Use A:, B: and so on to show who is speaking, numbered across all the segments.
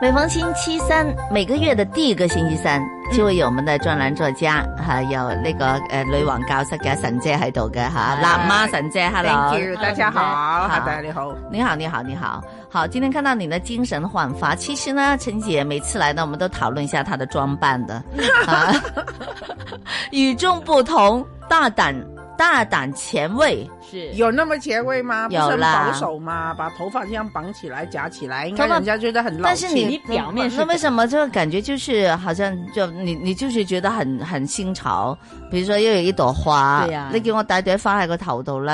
A: 每逢星期三，每个月的第一个星期三，
B: 嗯
A: 就會有我們的專欄作家吓、有呢、個诶、呃女王教室嘅神姐喺度嘅吓，
B: 係
A: 辣媽神姐，hello，
B: Thank you，大家嗯好，好的，你好。
A: 你好，你好，你好，好，今天看到你的精神焕发。其实呢，陈姐每次来呢，我们都讨论一下她的装扮 的，啊、与众不同，大胆，大胆前卫，
C: 是
B: 有那么前卫吗？不是
A: 有
B: 很
A: 啦
B: 保守吗？把头发这样绑起来、夹起来，应
A: 头
B: 该
A: 发
B: 人家觉得很老气。
A: 但是你嗯
C: 你表面是
A: 那为什么就感觉就是好像就你你就是觉得很很新潮？比如说又有一朵花，
C: 對啊
A: 你叫我戴朵花喺個頭度咧，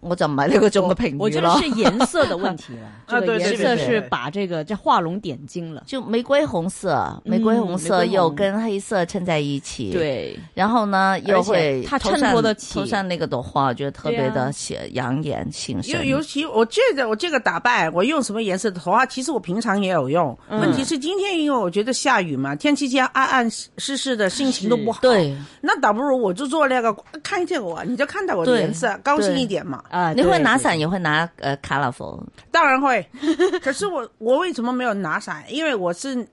A: 我就唔係呢個種嘅評
C: 呃我
A: 語
C: 觉得
A: 咯
C: 是。颜色的问题了，这个
B: 对
C: 颜
B: 对
C: 色
B: 对
C: 是把这个这画龙点睛了。
A: 就玫瑰红色，玫瑰
C: 嗯
A: 红
C: 玫
A: 色
C: 瑰紅
A: 又跟黑色衬在一起，。
C: 对，
A: 然后呢，又会
C: 而且它
A: 头上
C: 衬托得起
A: 头上那个朵花，我觉得特别
C: 对
A: 的
C: 啊
A: 显养眼醒神
B: 尤。尤其我觉得我这个打扮，我用什么颜色的头发，其实我平常也有用。
C: 嗯
B: 问题是今天因为我觉得下雨嘛，天气这样暗暗湿湿的，心情都不好。，
A: 对，
B: 那倒不如我就做那个，看见我你就看到我的
A: 对
B: 颜色，高兴
A: 对
B: 一点嘛。
C: 啊，
A: 你会拿
C: 对
A: 伞，也会拿呃 colorful，
B: 当然会， 可是我我为什么没有拿伞？因为我是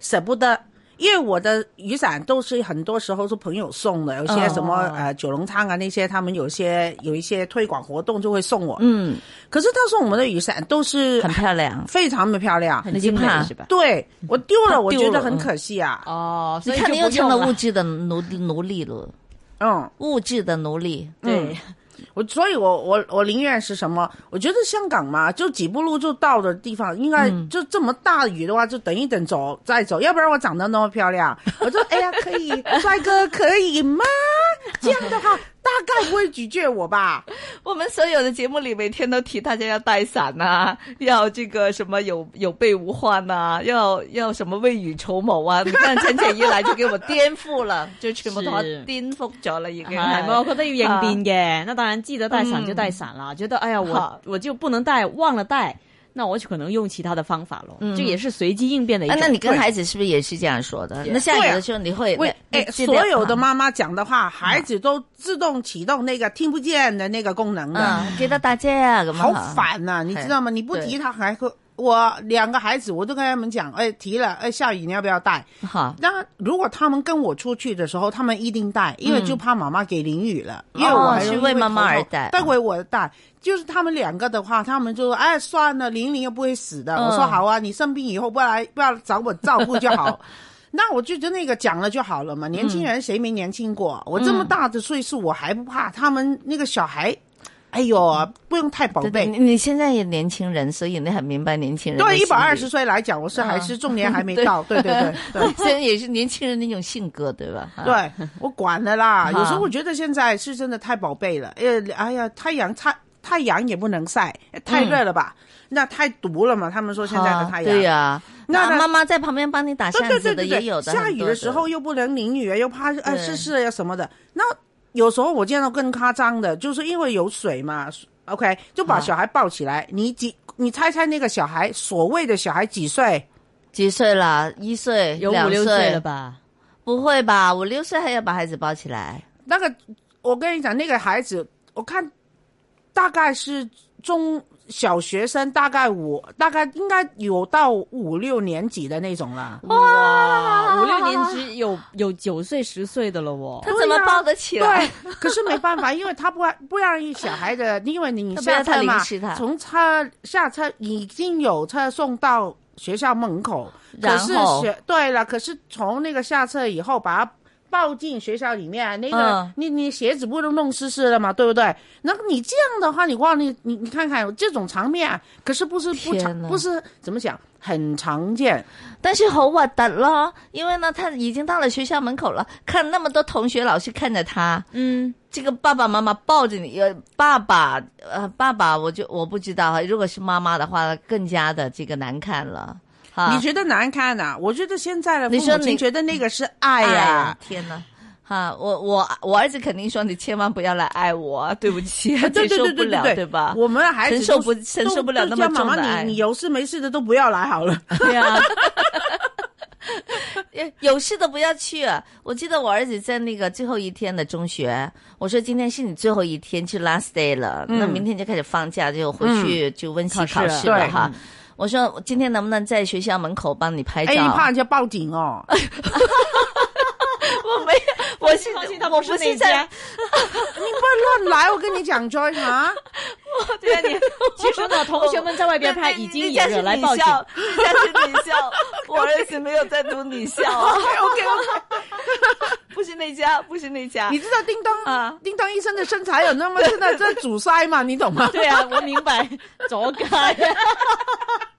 B: 舍不得，因为我的雨伞都是很多时候是朋友送的，有些什么、
C: 哦
B: 呃九龙仓啊那些，他们有些有一些推广活动就会送我。
A: 嗯，
B: 可是他送我们的雨伞都是
A: 很漂亮。
B: 非常的漂亮，
C: 很精美
A: 怕
C: 是吧？
B: 对我丢了，我
A: 丢
B: 觉得
A: 了
B: 很
A: 嗯
B: 可惜啊。
C: 哦，
A: 你
C: 所以
A: 看，
C: 就
A: 你又
C: 不
A: 成
C: 用
A: 了
C: 了
A: 物质的奴奴隶了，
B: 嗯，
A: 物质的奴隶。
C: 对，
B: 我所以我，我我宁愿是什么？我觉得香港嘛，就几步路就到的地方，应该就这么大雨的话，就等一等走再走，要不然我长得那么漂亮，我说哎呀可以，帅哥可以吗？这样的话大概不会拒绝我吧？
A: 我们所有的节目里每天都提大家要带伞呐、 要这个什么有有备无患呐、要要什么未雨绸缪啊！你看陈姐一来就给我颠覆 了，就全部都
C: 是
A: 颠覆咗啦，已经
C: 哎，我觉得要应变嘅，那当然记得带伞就带伞啦。觉得哎呀，我
A: 好
C: 我就不能带，忘了带，那我就可能用其他的方法喽。
A: 嗯
C: 这也是随机应变的一
A: 啊
C: 种。，
A: 那你跟孩子是不是也是这样说的？那下雨的时候你会
B: 为
A: 那
B: 哎，
A: 尽量
B: 所有的妈妈讲的话，孩子都自动启动那个听不见的那个功能的，
A: 嗯，记得大姐啊，咁
B: 好
A: 啊
B: 烦呐、你知道吗？你不提他还会。我两个孩子，我都跟他们讲，哎，提了，哎，下雨你要不要带？
A: 哈，
B: 那如果他们跟我出去的时候，他们一定带，因为就怕妈妈给淋雨了，因为我还
A: 嗯哦
B: 容易
A: 是为妈妈而
B: 头痛
A: 带
B: 带为我带。就是他们两个的话，他们就说哎算了，淋淋又不会死的。
A: 嗯
B: 我说好啊，你生病以后不来不要找我照顾就 好。那我就觉得那个讲了就好了嘛，年轻人谁没年轻过？
A: 嗯
B: 我这么大的岁数，我还不怕他们那个小孩。哎呦，不用太宝
A: 嗯对
B: 贝
A: 对，。你你现在也年轻人，所以你很明白年轻人的
B: 对一
A: 心
B: 百二十
A: 理，
B: 岁来讲，我是还是重年还没
A: 嗯 对
B: 到。对对对对。
A: 所以也是年轻人那种性格，对吧？啊，
B: 对我管了 啦。
A: 啊
B: 有时候我觉得现在是真的太宝贝了，呃，哎呀，太阳太太阳也不能晒，太热了吧？那太毒了嘛？他们说现在的
A: 嗯啊
B: 太阳，
A: 对呀，
B: 那
A: 啊妈妈在旁边帮你打
B: 对
A: 扇
B: 对
A: 子
B: 对
A: 的
B: 对
A: 也有的，
B: 对，下
A: 很
B: 雨
A: 多
B: 的时候又不能淋雨啊，又怕呃
A: 对
B: 湿湿呀什么的。那有时候我见到更夸张的，就是因为有水嘛，OK，就把
A: 啊
B: 小孩抱起来，你几？你猜猜那个小孩，所谓的小孩几岁？
A: 几岁了？一岁、
C: 有五
A: 两
C: 六岁
A: 岁
C: 了？吧？
A: 不会吧？五六岁还要把孩子抱起来？
B: 那个，我跟你讲，那个孩子，我看大概是中小学生，大概五，大概应该有到五六年级的那种了。
C: 哇，五六年级有有九岁十岁的了哦
A: 他。怎么抱得起来？
B: 对，可是没办法，因为他不 不让小孩的，因为你
A: 他不
B: 下
A: 要太
B: 车嘛
A: 临时他，
B: 从车下车已经有车送到学校门口，可
A: 然
B: 是
A: 后
B: 学对了，可是从那个下车以后，把他抱进学校里面，那个、
A: 嗯
B: 你你鞋子不都弄湿湿了嘛，对不对？那你这样的话，你哇，你你你看看这种场面，可是不是不
A: 天
B: 常
A: 哪
B: 不是怎么讲很常见，
A: 但是好核突咯，因为呢，他已经到了学校门口了，看那么多同学、老师看着他，
C: 嗯，
A: 这个爸爸妈妈抱着你，呃，爸爸，呃，爸爸，我就我不知道啊，如果是妈妈的话，更加的这个难看了。哈
B: 你觉得难看呐、我觉得现在的
A: 你
B: 父
A: 说
B: 母
A: 你
B: 亲觉得那个是爱呀、
A: 哎天哪！哈，我我我儿子肯定说你千万不要来爱我，对不起，
B: 对
A: 接
B: 对
A: 受
B: 对
A: 不
B: 对
A: 了，
B: 对
A: 吧？
B: 我们孩子
A: 承受
B: 都
A: 不
B: 都
A: 承受不了那
B: 都
A: 么
B: 叫
A: 重
B: 妈
A: 的爱
B: 妈，你你有事没事的都不要 来好了。
A: 对啊，有事都不要去。啊我记得我儿子在那个最后一天的中学，我说今天是你最后一天，去 last day 了，
C: 嗯
A: 那明天就开始放假，就回去就温习
C: 考试
A: 考试了
B: 对
A: 哈。我说我今天能不能在学校门口帮你拍照？
B: 哎，你怕人家报警哦？
A: 我没有，我是
C: 放心，他
A: 我
C: 不是那
A: 是
C: 家
A: 在。
B: 不要乱来！我跟你讲，Joy 哈，
C: 对啊，你据说呢，同学们在外边拍，已经也惹来报警。
A: 这家是女校，我儿子没有在读女校
B: 哎
A: 啊。OK OK，不是那家，不是那家
B: 你。知道叮当、
A: 啊
B: 叮当医生的身材有那么现在在阻塞嘛？你 懂吗？
C: 对啊，我明白，走开。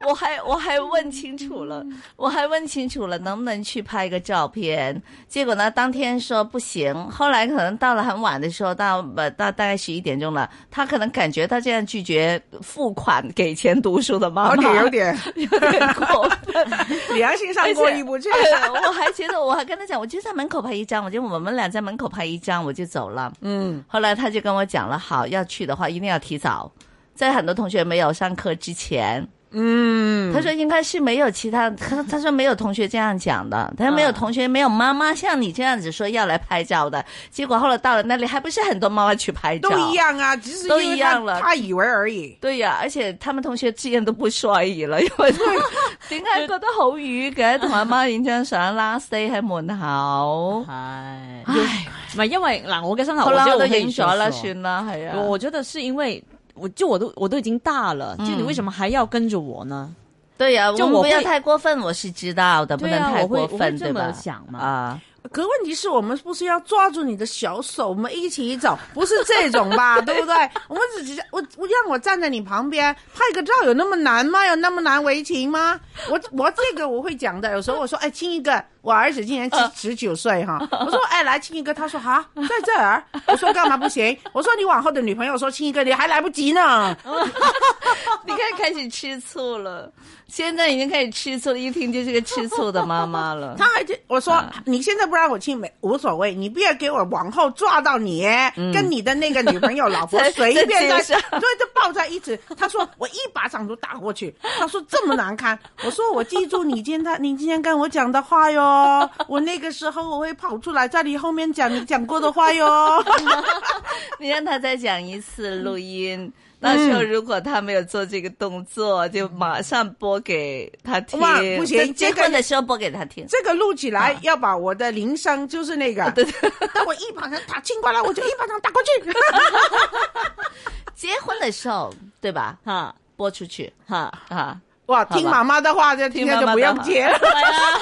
A: 我还我还问清楚了，我还问清楚了，能不能去拍个照片？结果呢，当天说不行。后来可能到了很晚的时候，到呃到大概十一点钟了，他可能感觉他这样拒绝付款给钱读书的妈妈
B: 有 点有点，
A: 有点过 分。
B: 良心上过意 不去。
A: 哎我还觉得，我还跟他讲，我就在门口拍一张，我就我们俩在门口拍一张，我就走了。
B: 嗯，
A: 后来他就跟我讲了，好，要去的话一定要提早，在很多同学没有上课之前。嗯，他说应该是没有其他，他他说没有同学这样讲的，他说没有同学、没有妈妈像你这样子说要来拍照的，结果后来到了那里还不是很多妈妈去拍照，
B: 都一样啊，只是因
A: 都
B: 为
A: 一样
B: 他
A: 了
B: 他以为而已。
A: 对呀、而且他們同學之間都不衰移 啦，因為都點解覺得好瘀嘅？同阿媽影張相，last day 喺門口，
C: 唉，
A: 唉，
C: 唔係因為嗱，我嘅心頭
A: 好啦，
C: 我
A: 我都
C: 真係
A: 影咗啦，
C: 好
A: 算啦，係啊，
C: 我我觉得是因為我就我都我都已經大了，
A: 嗯
C: 就你為什麼還要跟着我呢？
A: 對呀、啊，
C: 就
A: 我們
C: 我
A: 不要
C: 會
A: 太過分，我是知道的，不
C: 对
A: 能
C: 啊
A: 太
C: 我會
A: 過
C: 我會
A: 分，
C: 這
A: 對吧？
C: 麼想嘛
A: 啊，
B: 可问题是我们不是要抓住你的小手，我们一起走，不是这种吧？对不对？我们只是我我让我站在你旁边拍个照，有那么难吗？有那么难为情吗？我我这个我会讲的。有时候我说，哎，亲一个，我儿子今年十十九岁哈，我说，哎，来亲一个，他说哈，在这儿，我说干嘛不行？我说你往后的女朋友说亲一个，你还来不及呢。
A: 你看開始吃醋了，現在已經開始吃醋，一聽就是個吃醋的媽媽了。
B: 他还就我说、
A: 啊
B: 你现在不让我亲没无所谓，你不要给我往后抓到你、跟你的那个女朋友老 婆
A: 嗯在
B: 随
A: 在
B: 便在
A: 街上
B: 对，就抱在一起。他说我一巴掌都打过去，他说这么难堪。我说我记住你今天 他你今天跟我讲的话哟，我那个时候我会跑出来在你后面讲你讲过的话 哟。
A: 你让他再讲一次录音，到时候如果他没有做这个动作，就马上播给他听。
B: 哇不行
A: 在结
B: 这个
A: 婚的时候播给他听。
B: 这个录起来要把我的铃声就是那个，
A: 啊对对，
B: 当我一巴掌打亲过来，我就一巴掌打 过去。
A: 结婚的时候，对吧？
C: 哈
A: 播出去
C: 哈，
A: 啊！
B: 哇，
A: 吧
B: 听妈妈的话就
A: 听
B: 听着
A: 妈
B: 就
A: 妈
B: 不
A: 的
B: 要
A: 话
B: 接了。
C: 係啊，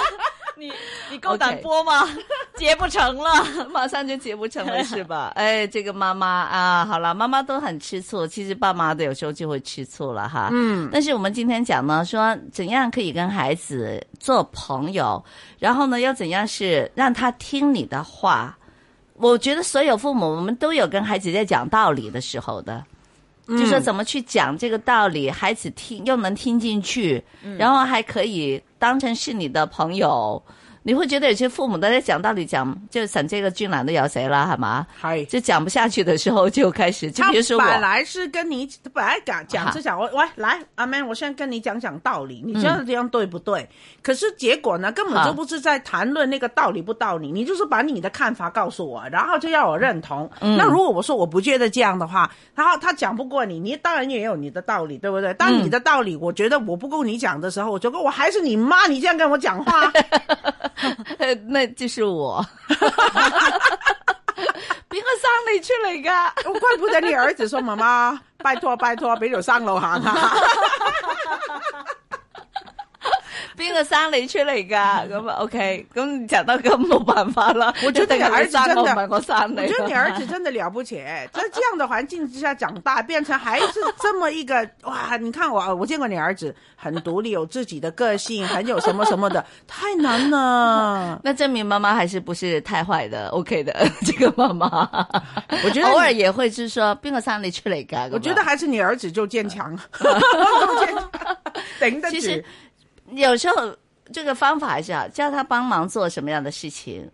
C: 你你夠
A: OK
C: 膽播嗎？結不成了。
A: 马上就结不成了是 吧？哎，这个妈妈啊，好了，妈妈都很吃醋，其实爸妈的有时候就会吃醋了哈。嗯，但是我们今天讲呢，说怎样可以跟孩子做朋友，然后呢，要怎样是让他听你的话。我觉得所有父母，我们都有跟孩子在讲道理的时候的，就说怎么去讲这个道理，孩子听又能听进去，然后还可以当成是你的朋友。你会觉得有些父母都在讲道理讲，就省这个俊男都有谁了，系嘛？
B: 系
A: 就讲不下去的时候就开始，就
B: 他
A: 比如说我，
B: 本来是跟你他本来讲讲是讲我喂来阿 Man，我现在跟你讲讲道理，你觉得这样对不对？可是结果呢，根本
A: 啊
B: 就不是在谈论那个道理不道理，你就是把你的看法告诉我，然后就要我认同。那如果我说我不觉得这样的话，然后他讲不过你，你当然也有你的道理，对不对？当你的道理我觉得我不够你讲的时候，我就说我还是你妈，你这样跟我讲话，
A: 呃那就是我。 边个生你出嚟噶？
B: 我怪不得你儿子说妈妈，拜托拜托，别有上楼行啊。
A: 边个生你出嚟噶？咁啊，OK，咁講到咁冇辦法啦。
B: 我覺得
A: 一
B: 你
A: 定係
B: 兒
A: 你
B: 子
A: 生
B: 真
A: 我，
B: 的
A: 唔係我生
B: 我
A: 你
B: 觉得你
A: 啦。
B: 儿子真的了不起，哎在这样的环境之下长大，变成还是这么一个哇！你看我，我见过你儿子很独立，有自己的个性，很有什么什么的，太 难了。
A: 那证明妈妈还是不是太坏的，OK 的。 这个妈妈，
B: 我觉得你
A: 偶尔也会就是说边个生你出嚟噶？咁啊
B: 我觉得还是你儿子就坚强，够坚强，顶得
A: 其
B: 住
A: 实。有时候这个方法还是啊，叫他帮忙做什么样的事情，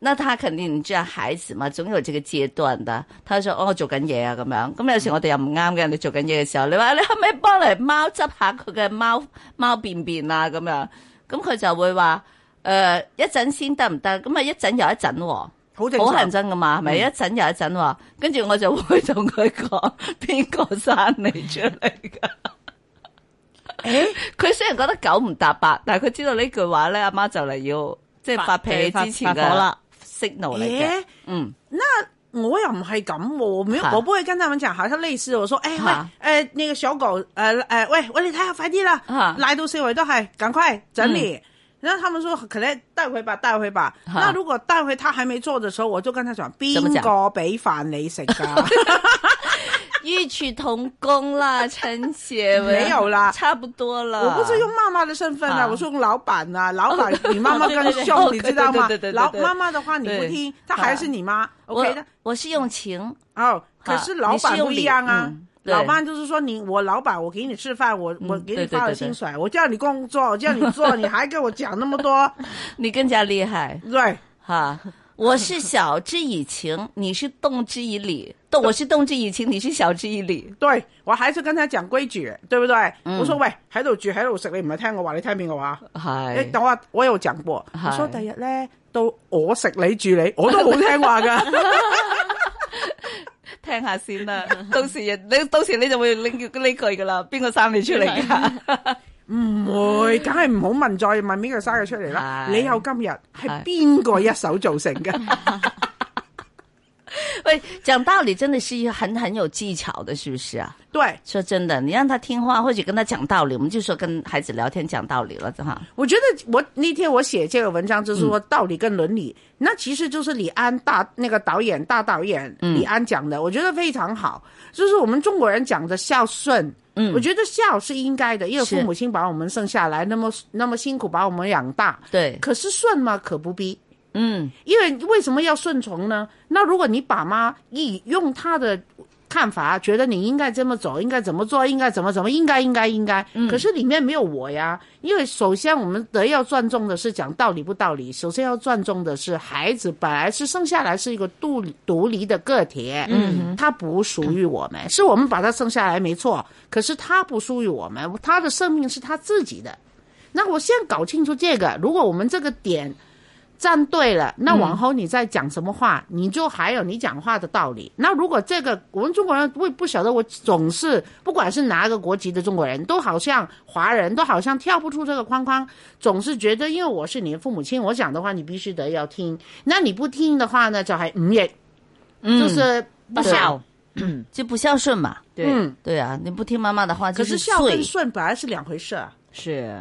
A: 那他肯定你知道孩子嘛，總有這個階段的。他就哦做緊嘢啊咁樣，咁有時我哋又唔啱嘅，人哋做緊嘢嘅時候，你話你可唔可以幫嚟貓執下佢嘅貓貓便便啊咁樣，咁佢就會話誒、呃一陣先得唔得？咁啊一陣又一陣喎、
B: 好正
A: 好
B: 常
A: 認。真噶嘛，係咪？一陣又一陣喎，跟住我就會同佢講 邊個生你出嚟㗎。佢雖然覺得九唔搭八，但係佢知道呢句話咧，阿媽就嚟要即係發脾氣之
C: 發
A: 前
C: 發火
A: 嘅
C: 啦
A: signal 嚟嘅。
B: 耶，
A: 嗯，
B: 我又唔係咁喎，我没有
A: 好
B: 我不會跟他們講，好像類似我說，哎、喂，
A: 好
B: 呃那個小狗，呃呃，喂，喂，你睇下快啲
A: 好
B: 啦，來到四圍都係，趕快整
A: 嗯
B: 理。然後他們說可能帶回吧，帶回吧。
A: 好
B: 那如果帶回他還沒做的時候，我就跟他講
A: 麼講
B: 邊個俾飯你食啊 㗎？
A: 異曲同工啦，陳姐，
B: 沒有啦
A: 差不多啦。
B: 我不是用媽媽的身份啊，
A: 好
B: 我是用老闆啊，老闆比媽媽更
A: 哦
B: 凶，
A: 對
B: 你
A: 對對
B: 知道嗎
A: 對對對對？
B: 老
A: 對
B: 媽媽的話你不
A: 對
B: 聽，她還是你媽
A: 我
B: ，OK 的。
A: 我是用情，
B: 哦，
A: 好
B: 可是老
A: 你是
B: 板
A: 用
B: 不
A: 礼
B: 一样啊
A: 嗯。对嗯
B: 老板就是说你，我老板，我给你吃饭，我我给
A: 对对
B: 你发
A: 对对
B: 了薪水，我叫你工作，我叫你做，你还跟我讲那么多，
A: 你更加厲害
B: 对，
A: 哈。 我是晓之以情，你是动之以 理。动我是动之以情，你是晓之以理。
B: 对我还是跟他讲规矩，对不对？
A: 嗯
B: 我说喂，喺度住喺度食，你唔系听我话，你听边个话？
A: 係
B: 你我話我有讲过，
A: 係
B: 我说第日咧到我食你住你， 我都冇听话噶。
A: 聽下先啦。 到時你到時你就會拎呢句噶啦，邊個生你出嚟㗎？
B: 唔會，梗係唔好問再問邊個生佢出嚟啦。
A: 係
B: 你有今日係
A: 係
B: 邊個一手造成嘅？
A: 喂，講道理真的是一很很有技巧的，是不是啊？
B: 對，
A: 说真的，你让他听话，或许跟他讲道理，我们就说跟孩子聊天讲道理了，哈。
B: 我觉得我那天我写这个文章就是
A: 嗯
B: 说道理跟伦理，那其实就是李安大那个导演大导演
A: 嗯
B: 李安讲的，我觉得非常好，就是我们中国人讲的孝顺。
A: 嗯
B: 我觉得孝是应该的，因为
A: 是
B: 父母亲把我们生下来，那么那么辛苦把我们养大，
A: 对，
B: 可是顺嘛可不必。
A: 嗯，
B: 因为为什么要顺从呢？那如果你爸妈一用他的看法，觉得你应该这么走，应该怎么做，应该怎么怎么，应该应该应该，可是里面没有我呀。因为首先我们得要尊重的是讲道理不道理，首先要尊重的是孩子本来是生下来是一个独独立的个体，嗯，他不属于我们，是我们把他生下来没错，可是他不属于我们，他的生命是他自己的。那我先搞清楚这个，如果我们这个点站对了，那往后你再讲什么话，你就还有你讲话的道理。那如果这个我们中国人不不晓得，我总是不管是哪个国籍的中国人，都好像华人都好像跳不出这个框框，总是觉得因为我是你的父母亲，我讲的话你必须得要听，那你不听的话呢，就还唔也，就是不孝。
A: 就不孝顺嘛。
C: 对，
B: 嗯，
A: 对啊，你不听妈妈的话
B: 可
A: 就是
B: 孝
A: 碎
B: 跟。顺本来是两回事啊。
C: 是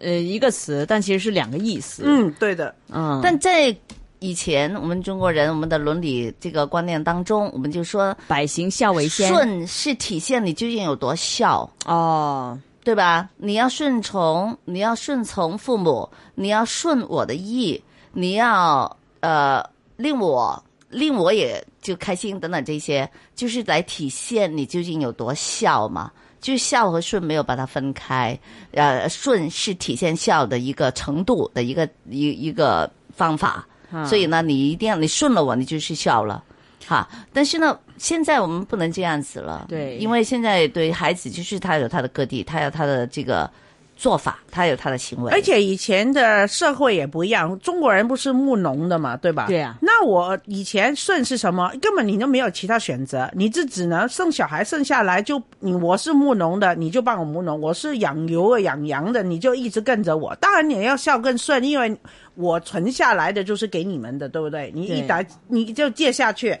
C: 呃一个词，但其实是两个意思。
B: 嗯，对的。
C: 嗯，
A: 但在以前我们中国人我们的伦理这个观念当中，我们就说
C: 百行孝为先。
A: 顺是体现你究竟有多孝，
C: 哦，
A: 对吧？你要顺从，你要顺从父母，你要顺我的意，你要呃令我令我也就开心等等这些，就是来体现你究竟有多孝嘛。就是孝和顺没有把它分开，呃，顺是体现孝的一个程度的一个一一个方法，所以呢，你一定要你顺了我，你就是孝了。哈，但是呢，现在我们不能这样子了，
C: 对
A: 因为现在对孩子就是他有他的个体，他有他的这个做法，他有他的行为，
B: 而且以前的社会也不一样，中国人不是务农的嘛，对吧？
C: 对啊
B: 那我以前顺是什么？根本你都没有其他选择，你就只能生小孩，生下来就你我是务农的，你就帮我务农；我是养牛的、养羊的，你就一直跟着我。当然你要孝更顺，因为我存下来的就是给你们的，对不对？你一
C: 对
B: 打你就借下去。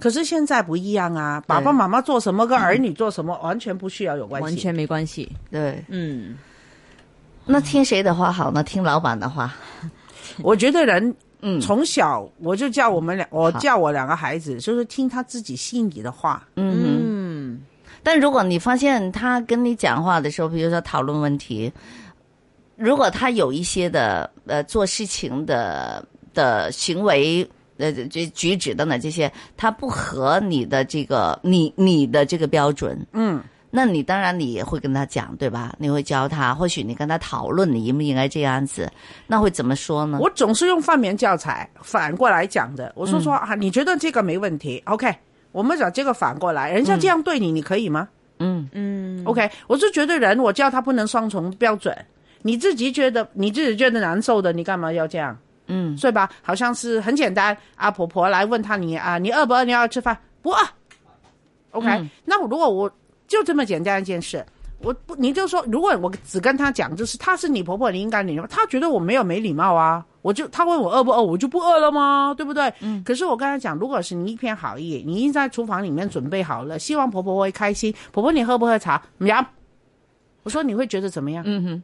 B: 可是现在不一样啊，爸爸妈妈做什么跟儿女做什么完全不需要有关系，
C: 完全没关系。
A: 对。
C: 嗯，
A: 那听谁的话好呢？听老板的话，
B: 我觉得人，
A: 嗯
B: 从小我就叫我们两，我
A: 好
B: 叫我两个孩子，就是听他自己心里的话。
A: 嗯哼。但如果你发现他跟你讲话的时候，比如说讨论问题，如果他有一些的呃做事情的呃的行为。呃，这举止等等这些，他不合你的这个你你的这个标准，
B: 嗯，
A: 那你当然你也会跟他讲，对吧？你会教他，或许你跟他讨论你应不应该这样子，那会怎么说呢？
B: 我总是用泛面教材反过来讲的。我说说、
A: 嗯
B: 啊，你觉得这个没问题？OK，我们把这个反过来，人家这样对你，你可以吗
A: 嗯
C: 嗯，
B: ？OK，我是觉得人，我叫他不能双重标准。你自己觉得你自己觉得难受的，你干嘛要这样？
A: 嗯，
B: 对吧？好像是很简单啊，婆婆来问他你啊，你饿不饿？你要吃饭不饿？OK，、那如果我就这么简单一件事，我不你就说，如果我只跟他讲，就是她是你婆婆，你应该礼貌，她觉得我没有没礼貌啊，我就她问我饿不饿，我就不饿了吗？对不对？嗯。可是我跟她讲，如果是你一片好意，你已经在厨房里面准备好了，希望婆婆会开心。婆婆，你喝不喝茶？娘，我说你会觉得怎么样？
A: 嗯哼，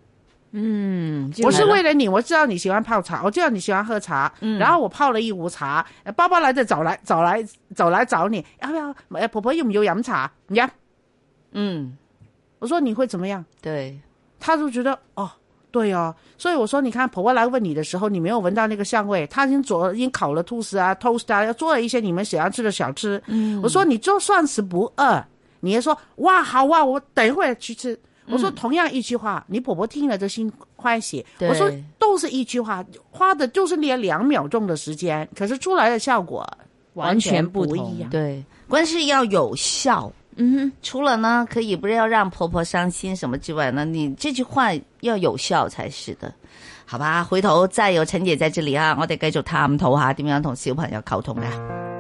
C: 嗯，就
B: 我是
C: 来了
B: 为了你，我知道你喜欢泡茶，我知道你喜欢喝茶，
C: 嗯
B: 然后我泡了一壶茶。呃包包来的早来早来早来找你，要不要？呃婆婆有没有饮茶？你呀，
A: 嗯，
B: 我说你会怎么样？
A: 对，
B: 她就觉得哦，对哦。所以我说，你看婆婆来问你的时候，你没有闻到那个香味，她已经做已经烤了吐司啊、toast 啊，要做了一些你们喜欢吃的小吃。我说你就算是不饿，你也说哇好啊，我等一会儿去吃。我说同样一句话，你婆婆听了就心欢喜。
A: 对
B: 我说都是一句话，花的就是那两秒钟的时间，可是出来的效果
C: 完全
B: 不
C: 不
B: 一样。
A: 对，关系要有效。嗯，除了呢，可以不要让婆婆伤心什么之外呢，你这句话要有效才是的，好吧？回头再有陈姐在这里啊，我哋继续探讨下点样同小朋友沟通啊。